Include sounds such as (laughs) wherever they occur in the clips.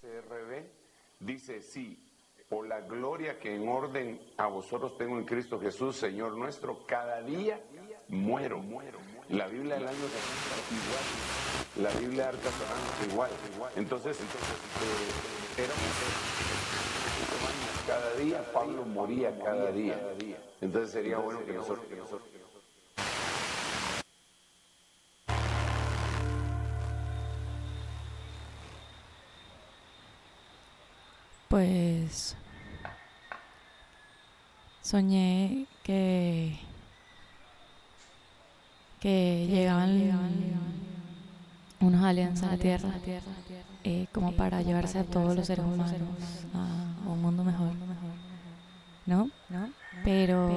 CRB dice sí, por la gloria que en orden a vosotros tengo en Cristo Jesús, Señor nuestro, cada día muero, muero. La Biblia del año 70 igual, la Biblia de Arca Sonando igual, igual. Entonces, entonces eh, era un- cada día Pablo moría cada día. Entonces sería bueno que nosotros, que nosotros Pues soñé que que llegaban, unos aliens a la Tierra, eh, como para llevarse a todos los seres humanos a un mundo mejor, ¿no? Pero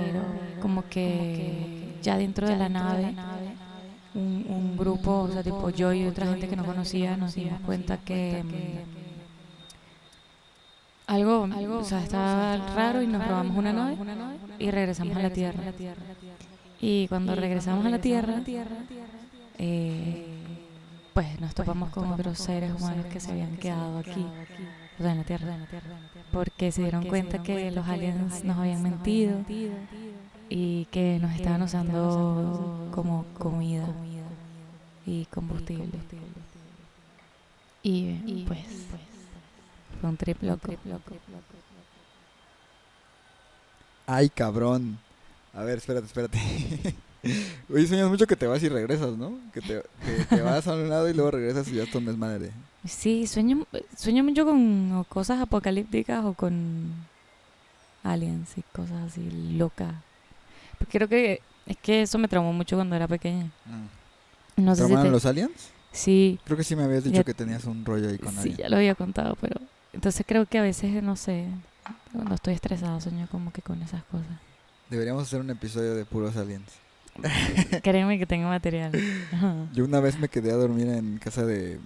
como que ya dentro de la nave un, un grupo, o sea, tipo yo y otra gente que no conocía, nos dimos cuenta que mm, algo, o sea, estaba raro y nos robamos una nave y regresamos a la Tierra. Y cuando regresamos a la Tierra, eh, pues nos topamos con otros seres humanos que se habían quedado aquí, o sea, en la Tierra, porque se dieron cuenta que los aliens nos habían mentido y que nos estaban usando como comida y combustible. Y pues fue un trip loco. Ay, cabrón. A ver, espérate, espérate. (laughs) Oye, sueñas mucho que te vas y regresas, ¿no? Que te, que te vas a un lado y luego regresas y ya esto no es madre. Sí, sueño, sueño mucho con o cosas apocalípticas o con aliens y cosas así locas. Pues creo que es que eso me traumó mucho cuando era pequeña. No ¿Te sé si armaron te- los aliens? Sí, Creo que sí me habías dicho Ya- que tenías un rollo ahí con sí, alguien. ya lo había contado, pero entonces creo que a veces, no sé, cuando estoy estresada sueño como que con esas (laughs) cosas. Deberíamos hacer un episodio de puros aliens. Créeme que tengo material. Ajá. Yo una vez me quedé a dormir en casa de,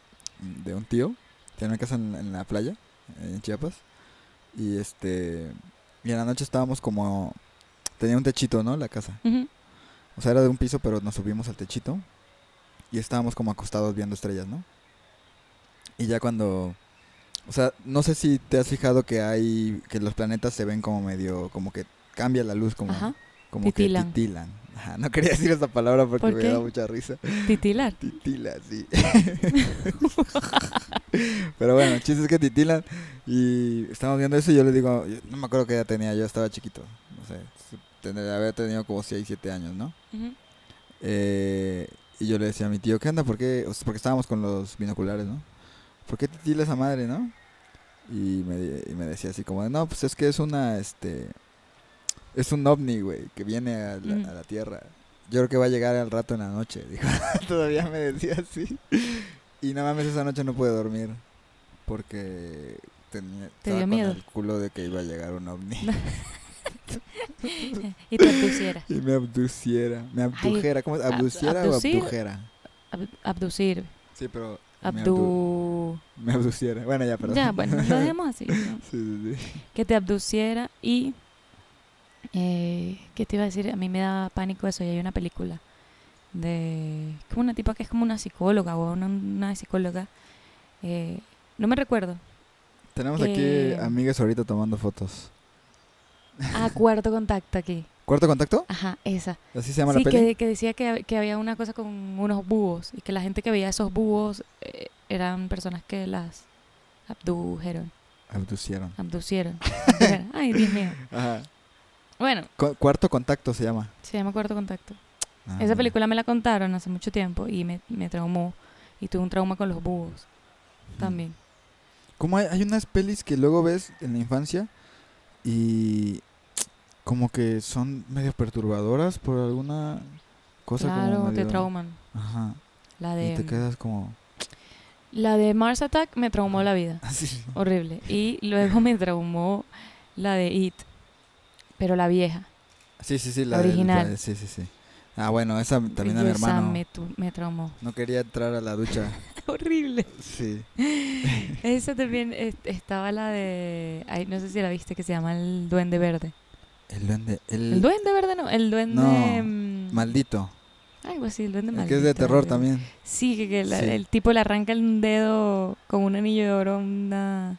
de un tío. Tenía una casa en, en la playa, en Chiapas. Y este. Y en la noche estábamos como. Tenía un techito, ¿no? La casa. Ujú. O sea, era de un piso, pero nos subimos al techito. Y estábamos como acostados viendo estrellas, ¿no? Y ya cuando. O sea, no sé si te has fijado que hay. que los planetas se ven como medio. como que cambia la luz, como, Ajá. como que Titilan. titilan. Ajá, no quería decir esa palabra porque ¿Por me qué? da mucha risa. Titilar. Titila, sí. (laughs) Pero bueno, el chiste es que titilan. Y estamos viendo eso y yo le digo, yo no me acuerdo qué edad tenía, yo estaba chiquito. No sé, tendría haber tenido como 6, 7 años, ¿no? Ujú. Eh, y yo le decía a mi tío, ¿qué onda? ¿Por qué? O sea, porque estábamos con los binoculares, ¿no? ¿Por qué titila esa madre, no? Y me, di- y me decía así como, de, no, pues es que es una, este, es un ovni, güey, que viene a la, Mm. a la Tierra. Yo creo que va a llegar al rato en la noche, (laughs) dijo. Todavía me decía así. Y nada más esa noche no pude dormir porque tenía Te estaba dio con miedo. el culo de que iba a llegar un (laughs) ovni. (laughs) Y te abduciera. y me abduciera, me abdujera, ¿cómo es? ab- ¿Abduciera o abducir. abdujera? Ab- abducir. Sí, pero me, abdu- Abdu... me abduciera. Bueno, ya, perdón. Ya, bueno, lo dejemos así. ¿no? (laughs) Sí, sí, sí. que te abduciera y eh, qué te iba a decir a mí me da pánico eso y hay una película de como una tipa que es como una psicóloga o una, una psicóloga eh, no me recuerdo Tenemos Eh. aquí amigas ahorita tomando fotos. ah cuarto contacto aquí ¿Cuarto contacto? ajá esa ¿Así se llama sí la peli? que, que decía que, que había una cosa con unos búhos y que la gente que veía esos búhos eh, eran personas que las abdujeron Abducieron. (laughs) abducieron abdujeron. ay Dios mío Ajá. bueno Cu- cuarto contacto se llama. se llama cuarto contacto Ah, Esa mira. película me la contaron hace mucho tiempo y me, me traumó. Y tuve un trauma con los búhos también. Como hay, hay unas pelis que luego ves en la infancia y como que son medio perturbadoras por alguna cosa como claro, te medio- trauman. Ajá. La Y de te quedas como La de Mars Attack me traumó la vida. (laughs) Así. Horrible. Y luego me traumó la de It. Pero la vieja. Sí, sí, sí, la La del- original. la- sí, sí, sí. Ah, bueno, esa también a mi Yo esa hermano. me, tu- me traumó. No quería entrar a la ducha. Horrible. Sí. Esa también es- estaba la de. ay, no sé si la viste, que se llama El Duende Verde. El duende. El, El Duende Verde no, el Duende. No, mm, maldito. Algo así, el Duende El que es de Maldito, terror algo. también. Sí, que, que la- Sí. el tipo le arranca un dedo con un anillo de oro a, una-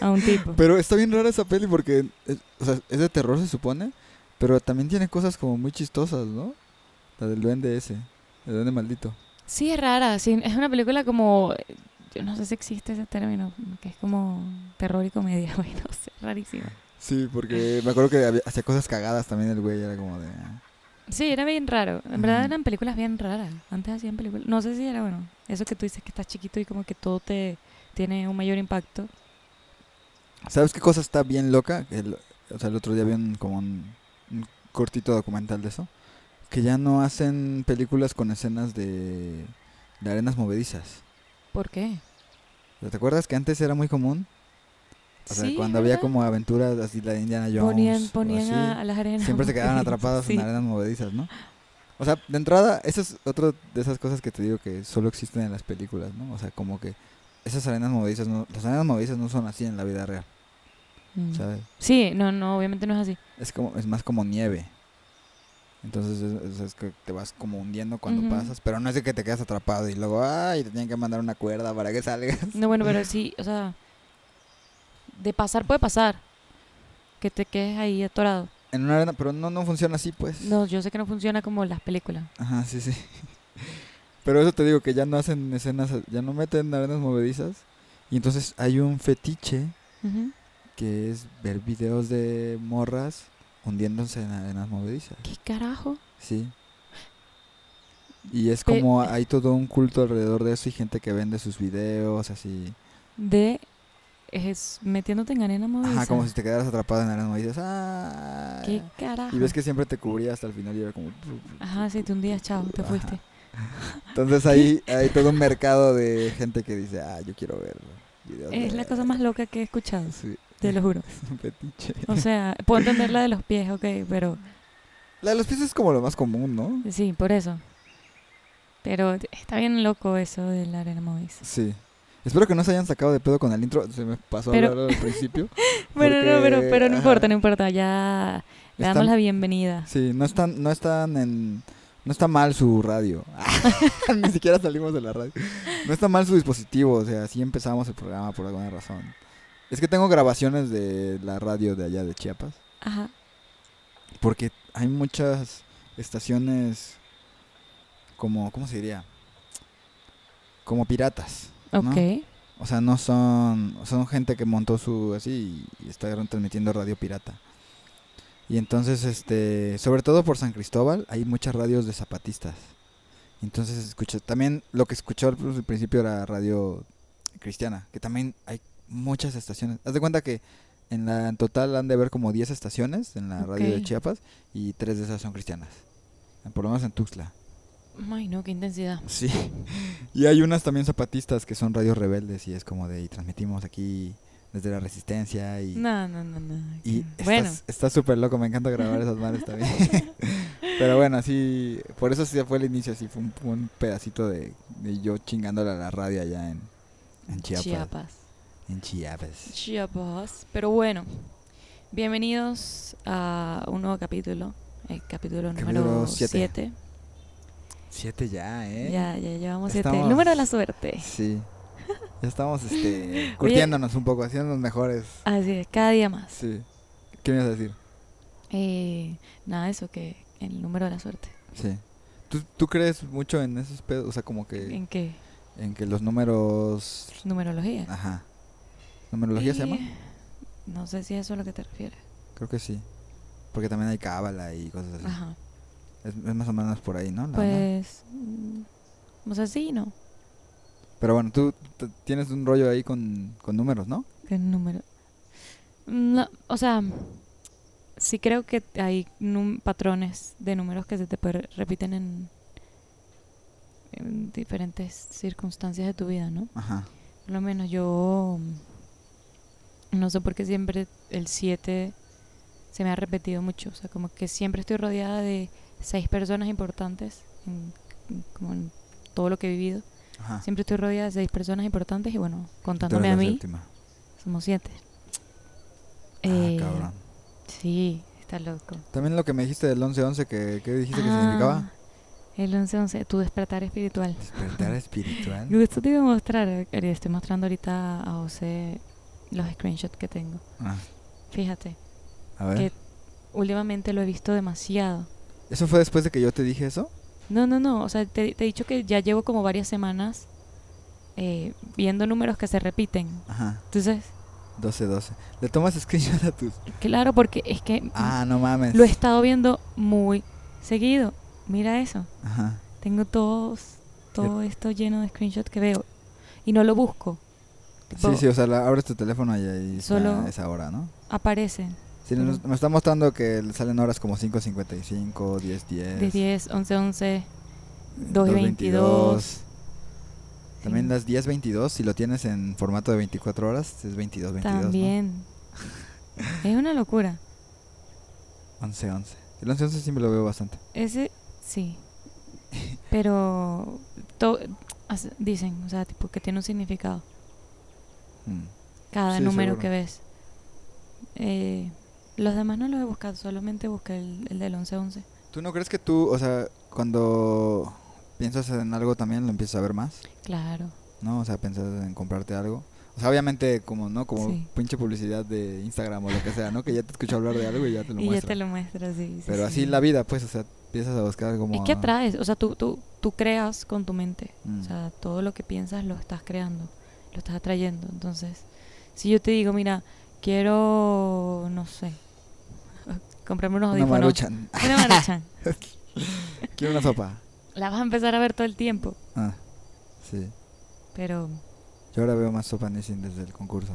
a un tipo. Pero está bien rara esa peli porque es, o sea, es de terror, se supone. Pero también tiene cosas como muy chistosas, ¿no? La del duende ese. El duende maldito. (laughs) Sí, es rara. sí, es una película como. Yo no sé si existe ese término, que es como terror y comedia. (laughs) güey, no sé, rarísima. Sí, porque me acuerdo que había- hacía cosas cagadas también el güey. Era como de. ah. Sí, era bien raro. En verdad Ujú. eran películas bien raras. Antes hacían películas. No sé si era bueno. Eso que tú dices que estás chiquito y como que todo te tiene un mayor impacto. ¿Sabes qué cosa está bien loca? El, o sea, el otro día vi un, como un, un cortito documental de eso. Que ya no hacen películas con escenas de, de arenas movedizas. ¿Por qué? ¿Te acuerdas que antes era muy común? O sea, Sí, cuando ¿verdad? había como aventuras así la de Indiana Jones. ponían, o ponían así, a, a las arenas. siempre (laughs) se quedaban movedizas, atrapadas sí. en arenas movedizas, ¿no? O sea, de entrada, esa es otra de esas cosas que te digo que solo existen en las películas, ¿no? O sea, como que esas arenas movedizas, no, las arenas movedizas no son así en la vida real, Mm. ¿sabes? Sí, no, no, obviamente no es así. Es como es más como nieve. Entonces es, es- es que te vas como hundiendo cuando Ujú. pasas, pero no es de que te quedas atrapado y luego, ay, te tienen que mandar una cuerda para que salgas. (laughs) No, bueno, pero sí, o sea, de pasar puede pasar. Que te quedes ahí atorado. En una arena, pero no, no funciona así, pues. No, yo sé que no funciona como las películas. Ajá, sí, (laughs) sí. Pero eso te digo que ya no hacen escenas, ya no meten arenas movedizas. Y entonces hay un fetiche que es ver videos de morras hundiéndose en arenas movedizas. ¿Qué carajo? Sí. Y es Pe- como hay todo un culto alrededor de eso y gente que vende sus videos así. De es, metiéndote en arena movediza. Ajá, como si te quedaras atrapada en arenas movedizas. ¡Ah! ¿Qué carajo? Y ves que siempre te cubría hasta el final y era como... Ajá, sí, te hundías, chao, te Ajá. fuiste. Entonces ahí hay todo un mercado de gente que dice, ah, yo quiero ver videos Es de- la cosa más loca que he escuchado, Sí, (laughs) te lo juro. es un fetiche. (laughs) O sea, puedo entender la de los pies, ok, pero La de los pies es como lo más común, ¿no? sí, por eso. Pero está bien loco eso de la arena movediza. Sí. Espero que no se hayan sacado de pedo con el intro. Se me pasó a Pero- hablar al (laughs) principio. Bueno, no, pero, Porque, pero no ajá. importa, no importa, ya le damos Están- la bienvenida. Sí, no están, no están en... No está mal su radio. (laughs) Ni siquiera salimos de la radio. No está mal su dispositivo. O sea, así empezamos el programa por alguna razón. Es que tengo grabaciones de la radio de allá de Chiapas. Ajá. Porque hay muchas estaciones como, ¿cómo se diría? Como piratas. ¿no? Ok. O sea, no son, son gente que montó su así y, y está transmitiendo radio pirata. Y entonces, este, sobre todo por San Cristóbal, hay muchas radios de zapatistas. Entonces, escucha, también lo que escuchó al pr- al principio era radio cristiana, que también hay muchas estaciones. Haz de cuenta que en la en total han de haber como 10 estaciones en la radio de Ok. Chiapas y tres de esas son cristianas. Por lo menos en Tuxtla. Ay, no, qué intensidad. Sí. Y hay unas también zapatistas que son radios rebeldes y es como de y transmitimos aquí desde la resistencia y, No, no, no, no. y qué- estás- bueno, está súper loco, me encanta grabar esas madres también. (laughs) Pero bueno, así, por eso sí fue el inicio, así fue un, un pedacito de, de yo chingándole a la radio allá en, en Chiapas. Chiapas. En Chiapas. Chiapas. Pero bueno, bienvenidos a un nuevo capítulo, el capítulo número Capítulo siete. 7. Siete ya, ¿eh? Ya, ya llevamos 7. Estamos- El número de la suerte. Sí. Ya estamos (laughs) este, curtiéndonos un poco, haciéndonos mejores. Así es, cada día más. Sí. ¿Qué me ibas a decir? Eh, nada, eso que el número de la suerte. Sí. ¿Tú, tú crees mucho en esos pedos? O sea, como que... ¿En qué? En que los números. Numerología. Ajá. Ah, ¿Numerología se Y- llama? No sé si eso es a lo que te refieres. Creo que sí. Porque también hay cábala y cosas así. Ajá. Es, es más o menos por ahí, ¿no? La onda. Pues. mm, O sea, sí, ¿no? Pero bueno, tú t- tienes un rollo ahí con, con números, ¿no? ¿Qué número? Mm, No, o sea, sí creo que hay num- patrones de números que se te per- repiten en, en diferentes circunstancias de tu vida, ¿no? Ajá. Por lo menos yo mm, no sé por qué siempre el 7 se me ha repetido mucho. O sea, como que siempre estoy rodeada de seis personas importantes, en- en- como en todo lo que he vivido. Ajá. Siempre estoy rodeada de seis personas importantes y bueno, Ah. Tú eres contándome la a mí, séptima. somos siete. Ah, Eh, cabrón. Sí, está loco. También lo que me dijiste del 11-11, que, que dijiste que significaba? Ah, El 11-11, tu despertar espiritual. Despertar (laughs) espiritual. Esto te iba a mostrar, eh, estoy mostrando ahorita a José los screenshots que tengo. Ah, Fíjate, a ver. que últimamente lo he visto demasiado. ¿Eso fue después de que yo te dije eso? No, no, no, o sea, te, te he dicho que ya llevo como varias semanas eh, viendo números que se repiten. Ajá. Entonces, 12-12. ¿Le tomas (laughs) screenshot a tus...? claro, porque es que mm, Ah, no mames. lo he estado viendo muy seguido. Mira eso. Ajá. Tengo todos, todo esto lleno de screenshots que veo. Y no lo busco. Tipo, Sí, sí, o sea, la- abres tu teléfono y ahí está Solo- esa hora, ¿no? Aparecen Sí, Pero- nos- me está mostrando que le salen horas como 5.55, 10.10. de 10, 11, 11, 2 y 22. 2.22. También Sí. las 10.22, si lo tienes en formato de 24 horas, es 22, 22, ¿no? (laughs) También. es una locura. 11, 11. El 11, 11 siempre lo veo bastante. Ese, sí. Pero to- as- dicen, o sea, tipo, que tiene un significado. Mm. Cada Sí, número seguro. que ves. Eh, los demás no los he buscado, solamente busqué el, el del 11-11. ¿Tú no crees que tú, o sea, cuando piensas en algo también lo empiezas a ver más? Claro. ¿No? O sea, piensas en comprarte algo. O sea, obviamente como, ¿no? Como Sí. pinche publicidad de Instagram o lo que sea, ¿no? Que ya te escucho hablar de algo y ya te lo (laughs) y ya muestro. te lo muestro, sí. sí, Pero sí. así la vida, pues, o sea, empiezas a buscar como... Es que atraes, o sea, tú, tú, tú creas con tu mente. Mm. O sea, todo lo que piensas lo estás creando, lo estás atrayendo. Entonces, si yo te digo, mira, quiero, no sé, (laughs) comprarme unos Una audífonos. maruchan. Una maruchan. (laughs) Quiero una sopa. La vas a empezar a ver todo el tiempo, Ah, sí. pero (laughs) Yo ahora veo más sopa Nissin desde el concurso.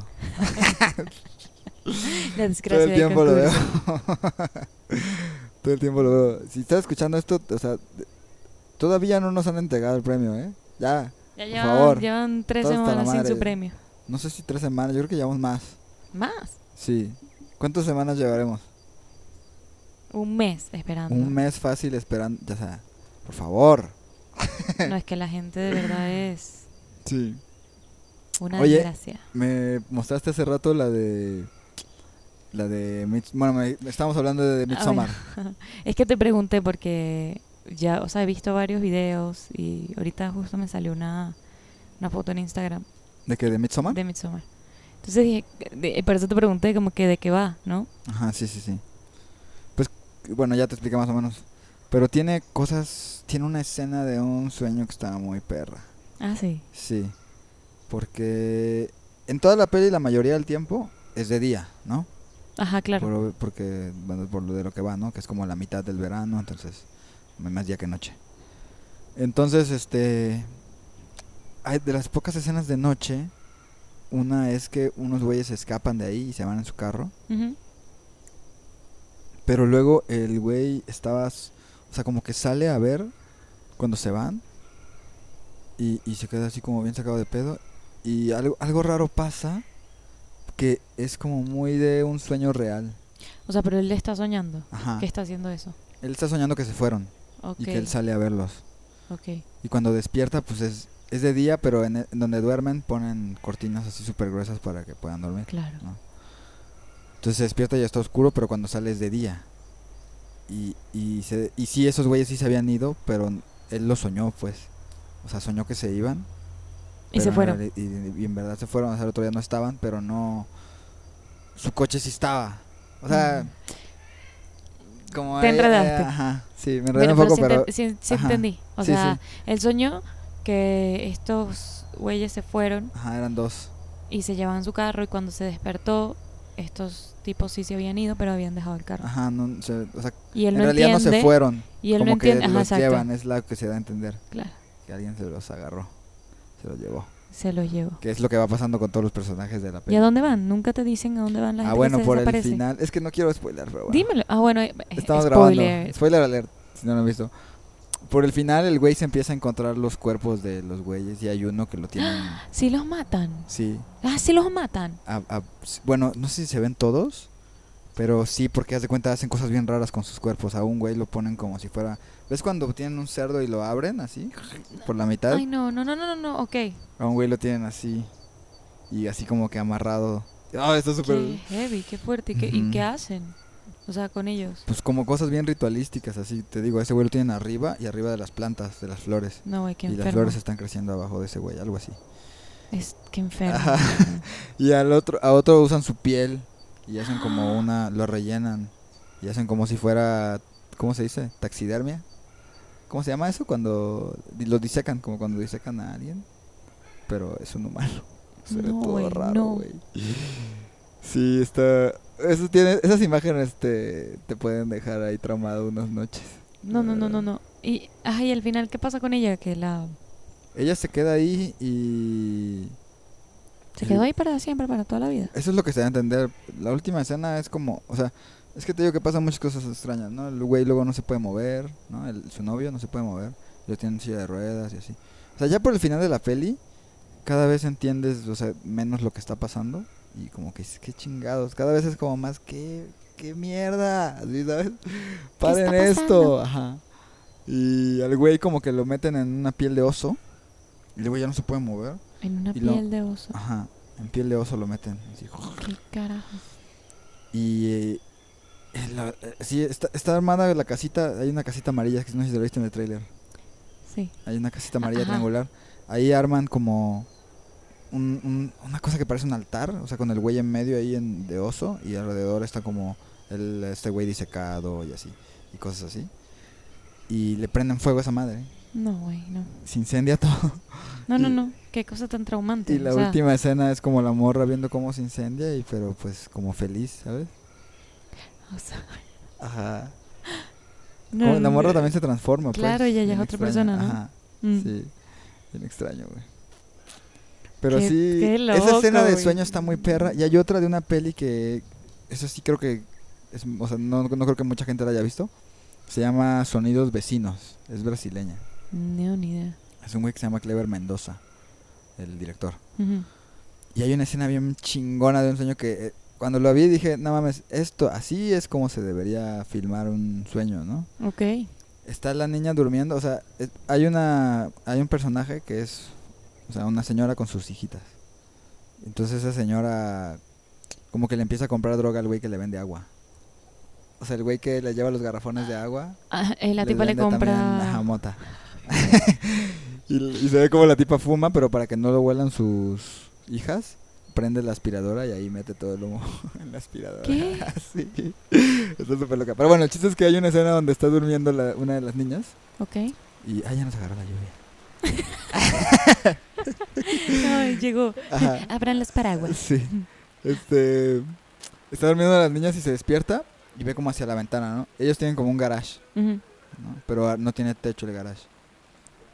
la desgracia Todo el del tiempo lo veo. concurso. (laughs) Todo el tiempo lo veo. Si estás escuchando esto, o sea, de- todavía no nos han entregado el premio, ¿eh? Ya, Ya Por llevan, favor, llevan tres todo está la semanas sin su madre. premio. no sé si tres semanas, yo creo que llevamos más. Más, Sí. ¿Cuántas semanas llevaremos? un mes esperando. Un mes fácil esperando, ya sea, por favor. No es que la gente de verdad es Sí. una Oye. desgracia. Me mostraste hace rato la de... La de... Mitch- Bueno, me- estábamos hablando de ver. Midsommar. (laughs) Es que te pregunté porque ya, o sea, he visto varios videos y ahorita justo me salió una, una foto en Instagram ¿De qué? ¿De Midsommar? de Midsommar. Entonces dije, de- eh, por eso te pregunté como que de qué va, ¿no? Ajá, sí, sí, sí. Pues, bueno, ya te expliqué más o menos. Pero tiene cosas, tiene una escena de un sueño que estaba muy perra. Ah, sí. Sí. Porque en toda la peli la mayoría del tiempo es de día, ¿no? Ajá, claro. Por- porque, bueno, por lo de lo que va, ¿no? Que es como la mitad del verano, entonces, más día que noche. Entonces, este... Hay de las pocas escenas de noche, una es que unos güeyes escapan de ahí y se van en su carro. Ujú. Pero luego el güey estaba. s- O sea, como que sale a ver cuando se van. Y, y se queda así como bien sacado de pedo. Y algo, algo raro pasa. Que es como muy de un sueño real. O sea, pero él le está soñando. Ajá. ¿Qué está haciendo eso? Él está soñando que se fueron. Ok, Ah. Y que él sale a verlos. ok. Y cuando despierta, pues es, es de día, pero en, e- en donde duermen ponen cortinas así súper gruesas para que puedan dormir. Claro. Entonces se despierta y ya está oscuro, pero cuando sale es de día. Y, y, se- y sí, esos güeyes sí se habían ido, pero él lo soñó, pues. O sea, soñó que se iban. Y pero se en fueron. reali- Y, y en verdad se fueron, o sea, el otro día no estaban, pero no... Su coche sí estaba. O sea... Como Mm. Te eh, eh, enredaste. ajá, sí, me enredé Bueno, un poco, sí pero... enten- sí- sí ajá. entendí. O Sí, sea, él soñó que estos güeyes se fueron Ajá, eran dos. y se llevaban su carro y cuando se despertó estos tipos sí se habían ido pero habían dejado el carro Ajá, no, se- o sea, y Ah, en él no realidad entiende no se fueron. y él como no entiende que ajá, los exacto, llevan, eh. es la que se da a entender. claro Que alguien se los agarró, se los llevó. se los llevó Que es lo que va pasando con todos los personajes de la y película. a dónde van nunca te dicen a dónde van las Ah, gente bueno, que se por el desaparece final. Es que no quiero spoiler, pero bueno. dímelo ah bueno eh, eh, Estamos spoiler grabando. Spoiler alert, si no lo han visto. por el final el güey se empieza a encontrar los cuerpos de los güeyes y hay uno que lo tienen. Sí los matan. Sí. Ah, sí los matan. a- a- bueno, no sé si se ven todos, pero sí, porque haz de cuenta hacen cosas bien raras con sus cuerpos. A un güey lo ponen como si fuera. ¿Ves cuando tienen un cerdo y lo abren así? Por la mitad. Ay, no, no, no, no, no, no, ok. A un güey lo tienen así. Y así como que amarrado. Ah, está súper. Qué heavy, qué fuerte. ¿Y qué, y Ujú. qué hacen? O sea, con ellos. Pues como cosas bien ritualísticas, así te digo. Ese güey lo tienen arriba y arriba de las plantas, de las flores. No, güey, qué Y las enfermo. flores están creciendo abajo de ese güey, algo así. Es, (laughs) qué enfermo. Ajá. Y al otro, a otro usan su piel y hacen Ah. como una, lo rellenan y hacen como si fuera, ¿cómo se dice? Taxidermia. ¿Cómo se llama eso? Cuando di- lo disecan, como cuando disecan a alguien, pero es un humano. (laughs) Se ve No, todo güey, raro, no. güey. Sí, está. Eso tiene, esas imágenes te, te pueden dejar ahí traumado unas noches. No, no, no, no, no. Y, ay, al final, ¿qué pasa con ella? Que la... Ella se queda ahí y Se quedó ahí para siempre, para toda la vida. Eso es lo que se da a entender. La última escena es como, o sea, es que te digo que pasan muchas cosas extrañas, ¿no? El güey luego no se puede mover, ¿no? El- su novio no se puede mover. Ellos tienen silla de ruedas y así. O sea, ya por el final de la peli, cada vez entiendes, o sea, menos lo que está pasando. Y como que, dices, qué chingados. Cada vez es como más, qué, qué mierda. Así, ¿sabes? Paren está esto. Ajá. Y al güey como que lo meten en una piel de oso. Y luego ya no se puede mover. En una Y lo- Ah. piel de oso. Ajá. En piel de oso lo meten. Así, Qué carajo. y eh, eh, la- eh, sí, está, está armada la casita, hay una casita amarilla, que no sé si lo viste en el tráiler. Sí. Hay una casita amarilla Ajá. triangular. Ahí arman como un- un- una cosa que parece un altar, o sea, con el güey en medio ahí en, de oso y alrededor está como el, este güey disecado y así, y cosas así. Y le prenden fuego a esa madre, No, güey, no. se incendia (laughs) todo. No, no, Y- no. Qué cosa tan traumante. Y la o sea, última escena es como la morra viendo cómo se incendia, y pero pues como feliz, ¿sabes? o sea, Ajá. no, Como la no, morra no. también se transforma, pues, Claro, ella ya es bien otra extraño. persona, ¿no? Ajá, Mm. sí. Bien extraño, güey. Pero Qué- sí, qué esa escena loco, de güey. sueño está muy perra. Y hay otra de una peli que, eso sí creo que, es, o sea, no, no creo que mucha gente la haya visto. Se llama Sonidos Vecinos, es brasileña. No, ni idea. Es un güey que se llama Clever Mendoza, el director. Ujú. Y hay una escena bien chingona de un sueño que eh, cuando lo vi dije, no mames, esto así es como se debería filmar un sueño, ¿no? Ok. está la niña durmiendo, o sea, es- hay una hay un personaje que es o sea, una señora con sus hijitas. Entonces esa señora como que le empieza a comprar droga al güey que le vende agua. O sea, el güey que le lleva los garrafones de agua. Ah, eh, la tipa le vende también, compra... ajá, mota. (laughs) y, y se ve como la tipa fuma, pero para que no lo huelan sus hijas, prende la aspiradora y ahí mete todo el humo (laughs) en la aspiradora. ¿Qué? (laughs) Sí, está súper loca. Pero bueno, el chiste es que hay una escena donde está durmiendo la- una de las niñas Ok. y ah, ya nos agarró la lluvia. Ay, llegó. Ajá. Abran los paraguas. (laughs) Sí. Este está durmiendo las niñas y se despierta y ve como hacia la ventana, ¿no? Ellos tienen como un garage, Ujú. ¿no? Pero ah, no tiene techo el garage.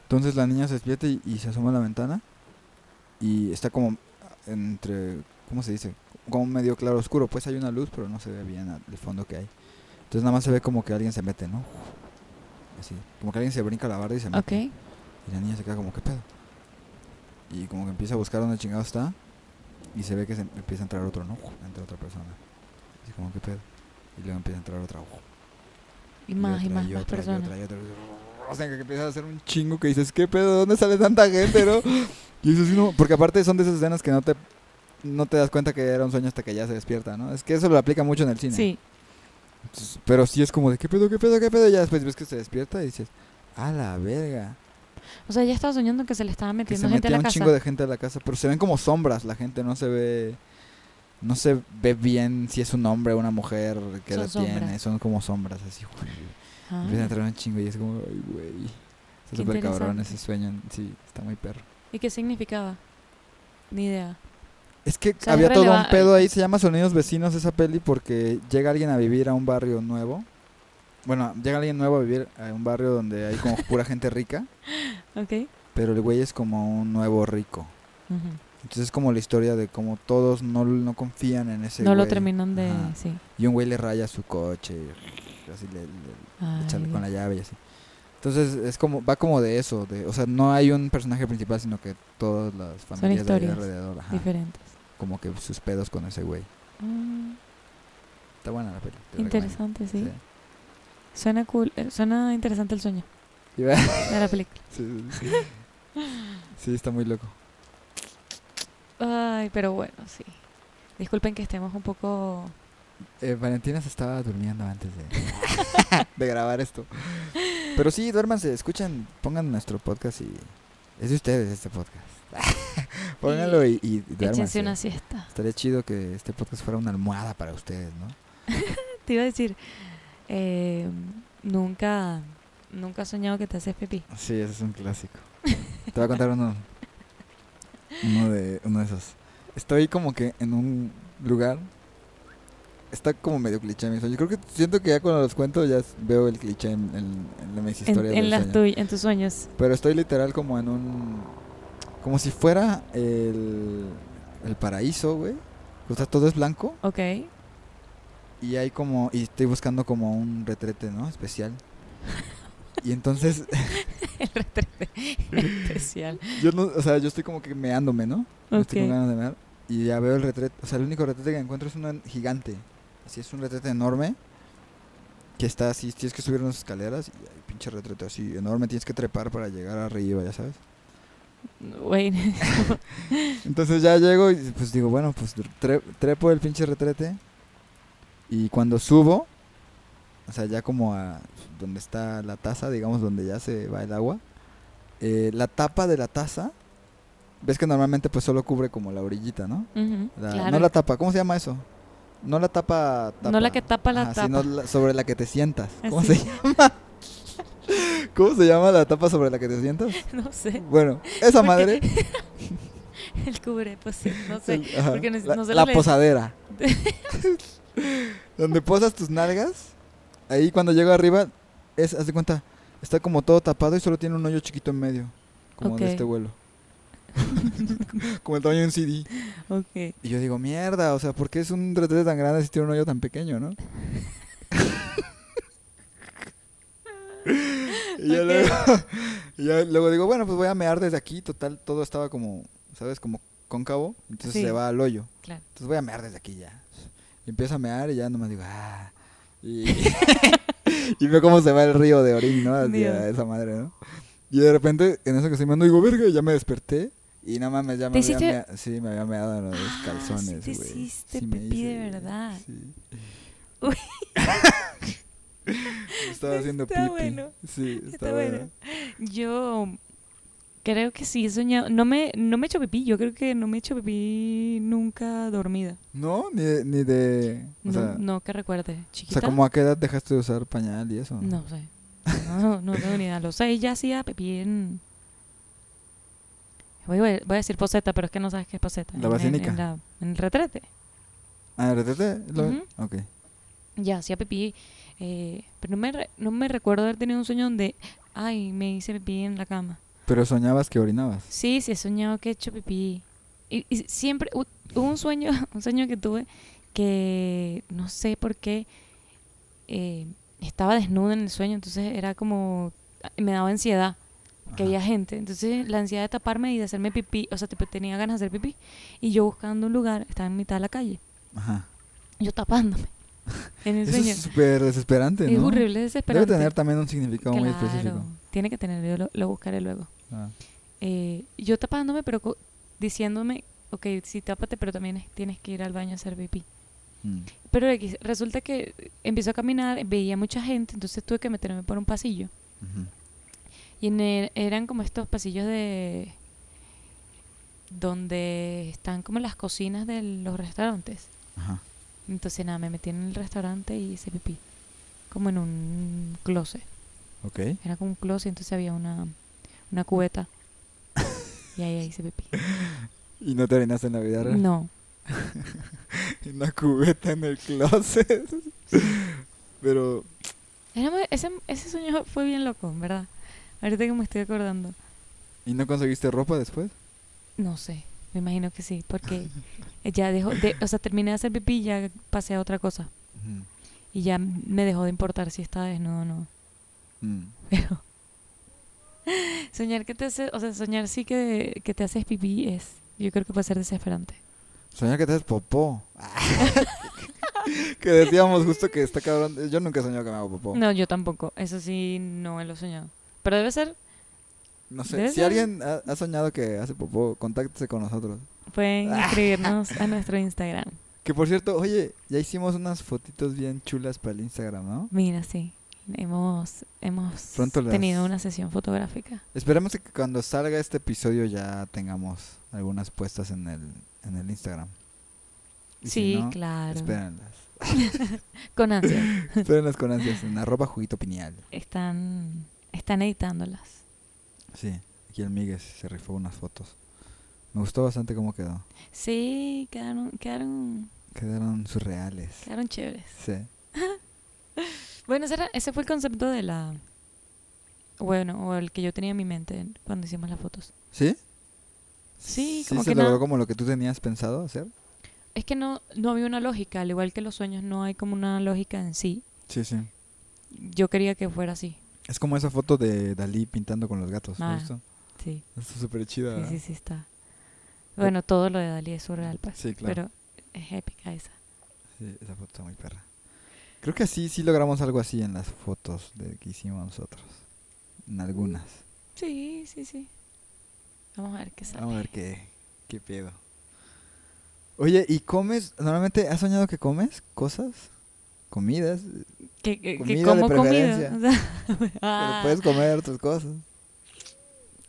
Entonces la niña se despierta y, y se asoma a la ventana y está como entre ¿cómo se dice? Como medio claro oscuro, pues hay una luz, pero no se ve bien a- el fondo que hay. Entonces nada más se ve como que alguien se mete, ¿no? Así, como que alguien se brinca la barda y se mete. Ok. Y la niña se queda como, ¿qué pedo? Y como que empieza a buscar dónde chingado está. Y se ve que se empieza a entrar otro, ¿no? Entra otra persona. Así como, ¿qué pedo? Y luego empieza a entrar otra. Y más, y otra, más, y más otra, y personas. otra, y otra, y otra. O sea, que empieza a hacer un chingo que dices, ¿qué pedo? ¿Dónde sale tanta gente, (laughs) no? Y eso sí, no. Porque aparte son de esas escenas que no te, no te das cuenta que era un sueño hasta que ya se despierta, ¿no? Es que eso lo aplica mucho en el cine. Sí. Entonces, Pero sí es como de, ¿qué pedo, qué pedo, qué pedo? Y ya después ves que se despierta y dices, ¡a la verga! O sea, ella estaba soñando que se le estaba que metiendo se gente metía a un la casa. chingo de gente a la casa, pero se ven como sombras, la gente no se ve no se ve bien si es un hombre o una mujer que Son la tiene, sombras. son como sombras así. güey. Ah, Empieza a entrar un chingo y es como, ay, güey. Está Qué súper cabrón interesante. ese sueño, sí, está muy perro. ¿Y qué significaba? Ni idea. Es que sea, es había todo un releva- pedo ahí, se llama Sonidos Vecinos esa peli porque llega alguien a vivir a un barrio nuevo. Bueno, llega alguien nuevo a vivir a un barrio donde hay (laughs) como pura gente rica, Ok. pero el güey es como un nuevo rico. Ujú. Entonces es como la historia de cómo todos no, no confían en ese no lo güey. terminan de. Ajá. Sí. Y un güey le raya su coche, y así le, le- le echa Ay, con la llave y así. Entonces es como va como de eso, de, o sea, no hay un personaje principal, sino que todas las familias de ahí historias alrededor, ajá, Diferentes. como que sus pedos con ese güey. Mm, Está buena la peli. te la recomiendo. interesante, sí. Suena cool. eh, Suena interesante el sueño Sí. (laughs) Iba- de la película. sí, sí, sí. Sí, está muy loco. Ay, pero bueno, sí. Disculpen que estemos un poco... Eh, Valentina se estaba durmiendo antes de, (laughs) de grabar esto. Pero sí, duérmanse, escuchen, pongan nuestro podcast y... Es de ustedes este podcast. (laughs) Pónganlo y, y Échense duérmanse. una siesta. (laughs) Estaría chido que este podcast fuera una almohada para ustedes, ¿no? Te iba a decir, eh, nunca, nunca has soñado que te haces pipí. Sí, ese es un clásico. Te voy a contar uno. Uno de, uno de esos. Estoy como que en un lugar. Está como medio cliché mi sueño. Yo creo que siento que ya cuando los cuento ya s- veo el cliché en, en, en mis En, historias. en del las sueño. tuy- en tus sueños. Pero estoy literal como en un. Como si fuera el. El paraíso, güey. O sea, todo es blanco. Ok. (laughs) Y hay como. Y estoy buscando como un retrete, ¿no? Especial. Y entonces. El retrete especial. Yo no, o sea, yo estoy como que meándome, ¿no? Me Estoy con Ok. ganas de mear. Y ya veo el retrete. O sea, el único retrete que encuentro es uno en- gigante. Así es un retrete enorme. Que está así, tienes que subir unas escaleras. Y hay pinche retrete así enorme. Tienes que trepar para llegar arriba, ya sabes. (laughs) Güey, Entonces ya llego y pues digo, bueno, pues tre- trepo el pinche retrete. Y cuando subo, o sea, ya como a donde está la taza, digamos, donde ya se va el agua, eh, la tapa de la taza, ves que normalmente pues solo cubre como la orillita, ¿no? ujú, La- claro. No la tapa, ¿cómo se llama eso? No la tapa, No la que tapa la Ajá, sino tapa. Eh, la- sobre la que te sientas. ¿Cómo Así. se llama? (laughs) ¿Cómo se llama la tapa sobre la que te sientas? (laughs) No sé. Bueno, esa Porque- madre. (laughs) El cubre, pues sí, no sé. El- ajá, porque no- la, no se la lo lees. (laughs) posadera. Donde posas tus nalgas, ahí cuando llego arriba, es, haz de cuenta, está como todo tapado y solo tiene un hoyo chiquito en medio, como Ok. de este vuelo. (laughs) como el tamaño de un CD. Ok. Y yo digo, mierda, o sea, ¿por qué es un retrete tan grande si tiene un hoyo tan pequeño, no? (laughs) y ya Ok. luego, (laughs) y ya luego digo, bueno, pues voy a mear desde aquí, total, todo estaba como, ¿sabes? Como cóncavo, entonces Sí. se va al hoyo. Claro. Entonces voy a mear desde aquí ya. Y empiezo a mear y ya nomás digo, ah. Y, (laughs) y veo cómo se va el río de orín, ¿no? Hacia Dios. esa madre, ¿no? Y de repente, en eso que estoy meando, digo, verga, ya me desperté. Y no mames, ya me ¿Te había, hiciste- mea- sí, me había meado en los Ah, sí calzones, te güey. hiciste me pipí de güey, verdad. Sí. Uy. Me (laughs) Estaba haciendo Está pipi. bueno. Sí, está, Está bueno. bueno. Yo creo que sí he soñado. No me, no me he hecho pipí. Yo creo que no me he hecho pipí nunca dormida. No, ni de... Ni de o, No, sea, no que recuerde. o Chiquita. sea, ¿cómo a qué edad dejaste de usar pañal y eso? No sé. No, no tengo ni idea. Lo sé, ya hacía pipí en. Voy, voy- voy a decir poseta, pero es que no sabes qué es poseta. La En- en- vacínica. En, la- en el retrete. Ah, ¿retrete? ¿Lo- Ujú. Ok. Ya hacía pipí. eh, pero no me, re- no me recuerdo haber tenido un sueño donde. Ay, me hice pipí en la cama. Pero soñabas que orinabas. Sí, sí, he soñado que he hecho pipí. Y, y siempre hu- hubo un sueño, (laughs) un sueño que tuve que no sé por qué eh, estaba desnuda en el sueño, entonces era como ah, me daba ansiedad que Ajá. había gente, entonces la ansiedad de taparme y de hacerme pipí, o sea, tipo, tenía ganas de hacer pipí y yo buscando un lugar, estaba en mitad de la calle, Ajá. (laughs) yo tapándome en el Eso sueño. es súper desesperante, Es ¿no? horrible, es Debe desesperante. tener también un significado muy Claro, específico. Tiene que tener, yo lo- lo buscaré luego. Ah. eh, yo tapándome, pero co- diciéndome, ok, sí, tápate, pero también es- tienes que ir al baño a hacer pipí. Mm. Pero X, resulta que empiezo a caminar, veía mucha gente, entonces tuve que meterme por un pasillo. Ujú. Y en el- eran como estos pasillos de... donde están como las cocinas de los restaurantes. Ajá. Entonces nada, me metí en el restaurante y hice pipí. Como en un closet. Ok. Era como un closet, entonces había una, una cubeta. y ahí hice pipí. ¿Y no te orinaste en la vida real? (laughs) No. En la cubeta en el closet. (laughs) Pero, Era muy- ese, ese sueño fue bien loco, en ¿verdad? Ahorita que me estoy acordando. ¿y no conseguiste ropa después? No sé, me imagino que sí, porque ya dejó, de, o sea, terminé de hacer pipí y ya pasé a otra cosa. Ujú. Y ya me dejó de importar si estaba desnudo o no. Mm. (laughs) Pero soñar que te hace, o sea, soñar sí que, que te haces pipí es, yo creo que puede ser desesperante. Soñar que te haces popó. (laughs) que decíamos justo que está cabrón. Yo nunca he soñado que me hago popó. No, yo tampoco, eso sí no lo he soñado. Pero debe ser, No Debe sé. Si ser. alguien ha, ha soñado que hace popó, contáctese con nosotros. pueden escribirnos a nuestro Instagram. Que por cierto, oye, ya hicimos unas fotitos bien chulas para el Instagram, ¿no? Mira, sí, hemos, hemos Pronto las- tenido una sesión fotográfica. Esperemos que cuando salga este episodio ya tengamos algunas puestas en el, en el Instagram. Y si sí, no, claro. Espérenlas. Con ansias. (coughs) Espérenlas con ansias en arroba juguito pineal. Están, están editándolas. Sí, aquí el Migues se rifó unas fotos. Me gustó bastante cómo quedó. Sí, quedaron, quedaron, Quedaron surreales. quedaron chéveres. Sí. Bueno, ese, era- ese fue el concepto de la... Bueno, o el que yo tenía en mi mente cuando hicimos las fotos. ¿Sí? Sí, como se que logró nada. como lo que tú tenías pensado hacer? Es que no, no había una lógica, al igual que los sueños no hay como una lógica en sí. Sí, sí. Yo quería que fuera así. Es como esa foto de Dalí pintando con los gatos. ¿no Ah. has visto? Sí, Está súper chida. sí, sí, ¿verdad? sí está. Bueno, todo lo de Dalí es surreal, pues. Sí, claro. Pero es épica esa. Sí, esa foto está muy perra. Creo que así sí logramos algo así en las fotos de que hicimos nosotros. En algunas. Sí, sí, sí. Vamos a ver qué sale. Vamos a ver qué, qué pedo. Oye, ¿y comes? ¿Normalmente has soñado que comes cosas? ¿Comidas? Que, que- que Comida de como comida. preferencia. (laughs) o sea, Pero ah, pues, puedes comer otras cosas.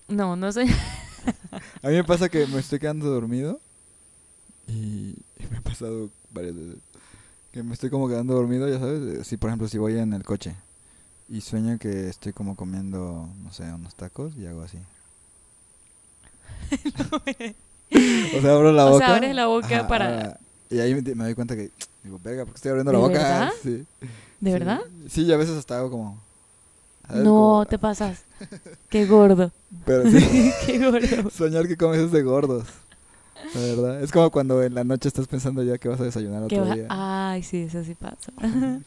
No, no sé. (laughs) A mí me pasa que me estoy quedando dormido y, y me ha pasado varias veces que me estoy como quedando dormido, ya sabes, si por ejemplo si voy en el coche y sueño que estoy como comiendo, no sé, unos tacos y hago (laughs) así. o sea, abro la eh. O sea, boca. abres la boca para- ahora- y ahí me, di- me doy cuenta que digo, verga, porque estoy abriendo la ¿De boca. verdad? Sí. ¿De Sí. verdad? Sí, y a veces hasta hago como ¿sabes? No, Como- te pasas. (laughs) Qué gordo. (laughs) pero sí. (laughs) Qué gordo. Soñar que comes es de gordos. La verdad. Es como cuando en la noche estás pensando ya que vas a desayunar Qué otro va- día. (laughs) Ay, sí, eso sí pasa. (laughs) Como,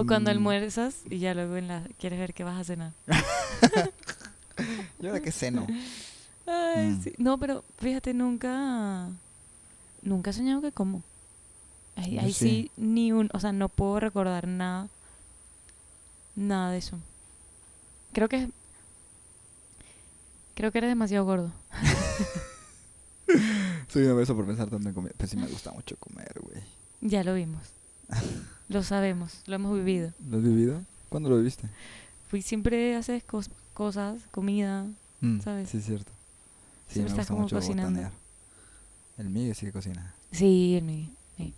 O cuando "Mm, almuerzas y ya luego en la... quieres ver qué vas a cenar. ¿Y ahora Mm, qué ceno? Ay, Mm. sí. No, pero fíjate, nunca. Nunca he soñado que como. Ahí, Yo ahí sí. sí. ni un. O sea, no puedo recordar nada. Nada de eso. Creo que. Creo que eres demasiado gordo. Soy un beso por pensar tanto en comida. Pero sí me gusta mucho comer, güey. Ya (laughs) lo vimos. lo sabemos. Lo hemos vivido. ¿Lo has vivido? ¿Cuándo lo viviste? Fui siempre haces cos- cosas, comida. Mm, ¿Sabes? Sí, es cierto. Sí, Siempre me estás gusta como mucho cocinando. botanear. El Miguel sí que cocina. Sí, en mi. (laughs) sí.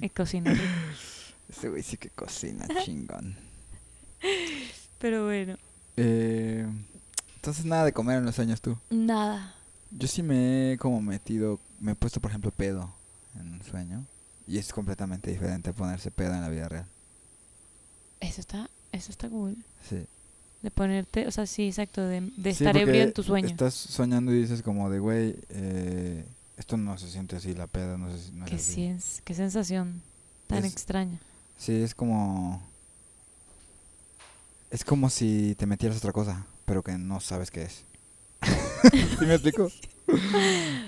Y cocina. Ese güey sí que (laughs) cocina, chingón. Pero bueno, Eh, entonces nada de comer en los sueños tú. nada. Yo sí me he como metido, me he puesto por ejemplo pedo en un sueño y es completamente diferente a ponerse pedo en la vida real. Eso está. Eso está cool. Sí. De ponerte, o sea, sí, exacto, de, de Sí, estar porque ebrio en tu sueño. Estás soñando y dices como de, güey, eh, esto no se siente así, la peda no, se, no es Qué, así". sien- qué sensación tan Es- extraña. Sí, es como... Es como si te metieras otra cosa, pero que no sabes qué (laughs) es. ¿Sí me explico?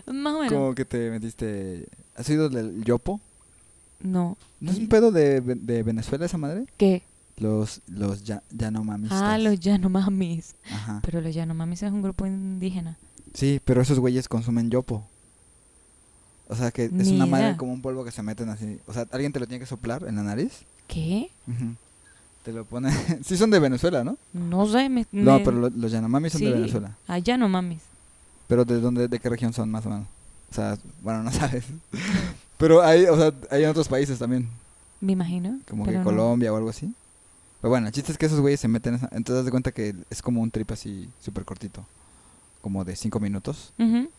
Más o menos. Como que te metiste... ¿Has oído del yopo? No. ¿No es un pedo de, de Venezuela esa madre? ¿Qué? Los, los ya, yanomamistas. Ah, los Yanomamis. Ajá. Pero los Yanomamis es un grupo indígena. Sí, pero esos güeyes consumen yopo. O sea que es Ni una idea. madre como un polvo que se meten así. O sea, alguien te lo tiene que soplar en la nariz. ¿Qué? Ujú. Te lo pone. (laughs) sí, son de Venezuela, ¿no? No sé. Me, No, me- pero lo- los Yanomami son Sí. de Venezuela. Ah, Yanomamis. Pero ¿de dónde, de qué región son más o menos? O sea, bueno, no (laughs) sabes. pero hay, o sea, hay en otros países también. Me imagino. Como pero que no. Colombia o algo así. Pero bueno, el chiste es que esos güeyes se meten. esa- Entonces, das de cuenta que es como un trip así súper cortito. Como de cinco minutos. Ujú.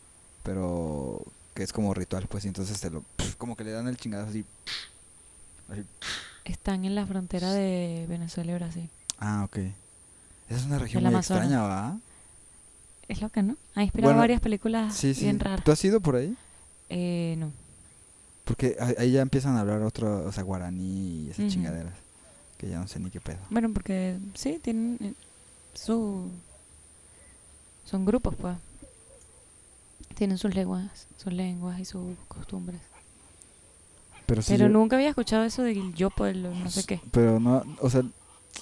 pero que es como ritual, pues, y entonces te lo, como que le dan el chingadazo así. así. Están en la frontera de Venezuela y Brasil. Ah, ok. Esa es una región El muy Amazonas. extraña, ¿va? Es loca, ¿no? Ha inspirado Bueno, varias películas Sí, sí. Ah, bien raras. ¿Tú has ido por ahí? Eh, no. Porque a- ahí ya empiezan a hablar otro, o sea, guaraní y esas Ujú. chingaderas, que ya no sé ni qué pedo. Bueno, porque sí, tienen eh, su... son grupos, pues. Tienen sus lenguas, sus lenguas y sus costumbres. Pero, sí Pero yo- nunca había escuchado eso del yo pueblo, no sé qué. Pero no, o sea,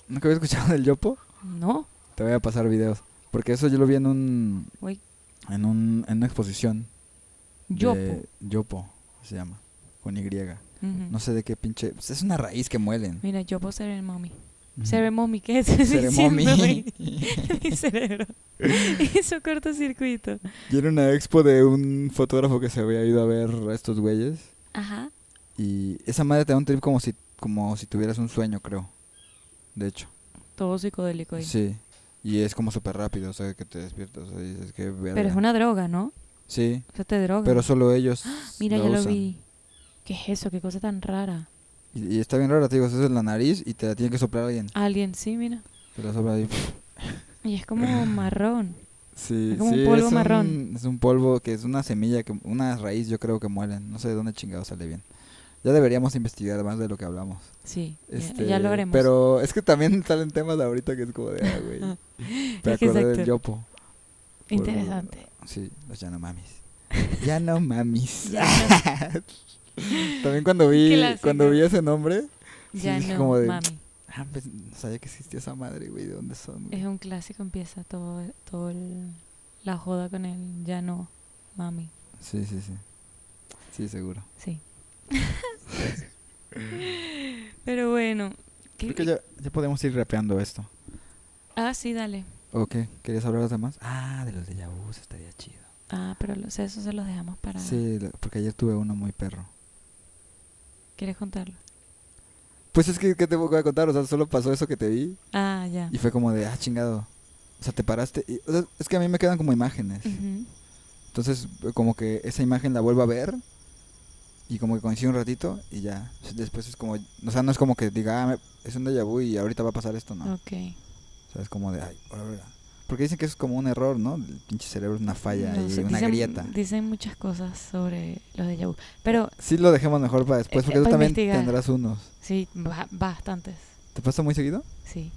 nunca había escuchado del Yopo. No, Te voy a pasar videos. Porque eso yo lo vi en un. güey. En, un, en una exposición. de- Yopo. Yopo se llama. Con Y. Ujú. No sé de qué pinche. pues es una raíz que muelen. Mira, yopo ceremomi. Ujú. Ceremomi, ¿qué es (laughs) eso? Ceremomi. (laughs) Mi cerebro. (laughs) Hizo cortocircuito. Y era una expo de un fotógrafo que se había ido a ver a estos güeyes. Ajá. Y esa madre te da un trip como si, como si tuvieras un sueño, creo. De hecho. Todo psicodélico ahí. Sí. Y es como súper rápido, o sea, que te despiertas. O sea, dices que Pero es una droga, ¿no? Sí, O sea, te droga. pero solo ellos. (gasps) Mira, lo ya lo usan. vi. ¿Qué es eso? ¿Qué cosa tan rara? Y, y está bien raro, te digo, eso es la nariz y te la tiene que soplar alguien. Alguien, sí, mira. Te la sopla ahí. Y (clears throat) es como marrón. Sí, Es como un sí, polvo es marrón. es un polvo que es una semilla, que una raíz yo creo que muelen. No sé de dónde chingado sale bien. Ya deberíamos investigar más de lo que hablamos. Sí, ya- Este, ya, lo haremos. Pero es que también salen temas de ahorita que es como de, ah, (laughs) güey. Me Es que acordé del exacto. yopo. por- Interesante. Sí, los (laughs) Yanomamis. Yanomamis. (laughs) también cuando vi, Clásico. cuando vi ese nombre, sí, ya dije no, como de, mami. ah, pues, no sabía que existía esa madre, güey, ¿de dónde son? güey? Es un clásico, empieza todo, todo el- la joda con el ya no, mami. Sí, sí, sí. Sí, seguro. Sí. (laughs) Pero bueno. ¿qué- Creo que ya, ya podemos ir rapeando esto. Ah, sí, dale. ¿O qué? ¿Querías hablar de los demás? Ah, de los de Yabus, estaría chido. Ah, pero los, eso se los dejamos para... Sí, lo- porque ayer tuve uno muy perro. ¿Quieres contarlo? Pues es que, ¿qué te voy a contar? O sea, solo pasó eso que te vi Ah, ya. y fue como de, ah, chingado. O sea, te paraste. y- o sea, es que a mí me quedan como imágenes. Ujú. Entonces, eh, como que esa imagen la vuelvo a ver y como que coincide un ratito y ya. Después es como, o sea, no es como que diga, ah, me- es un déjà vu y ahorita va a pasar esto, no. Ok. O sea, es como de, ay, ahora verga. Porque dicen que eso es como un error, ¿no? El pinche cerebro es una falla No y sé, una dicen, grieta. Dicen muchas cosas sobre los de vu. Pero Sí, lo dejemos mejor para después, Eh, porque eh, tú para también investigar. tendrás unos. sí, ba- bastantes. ¿Te pasa muy seguido? Sí.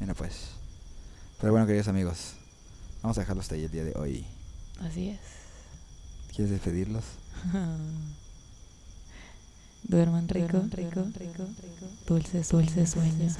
Mira, pues. Pero bueno, queridos amigos, vamos a dejarlos hasta ahí el día de hoy. Así es. ¿Quieres despedirlos? Duerman rico, rico, rico, dulces, dulces sueños.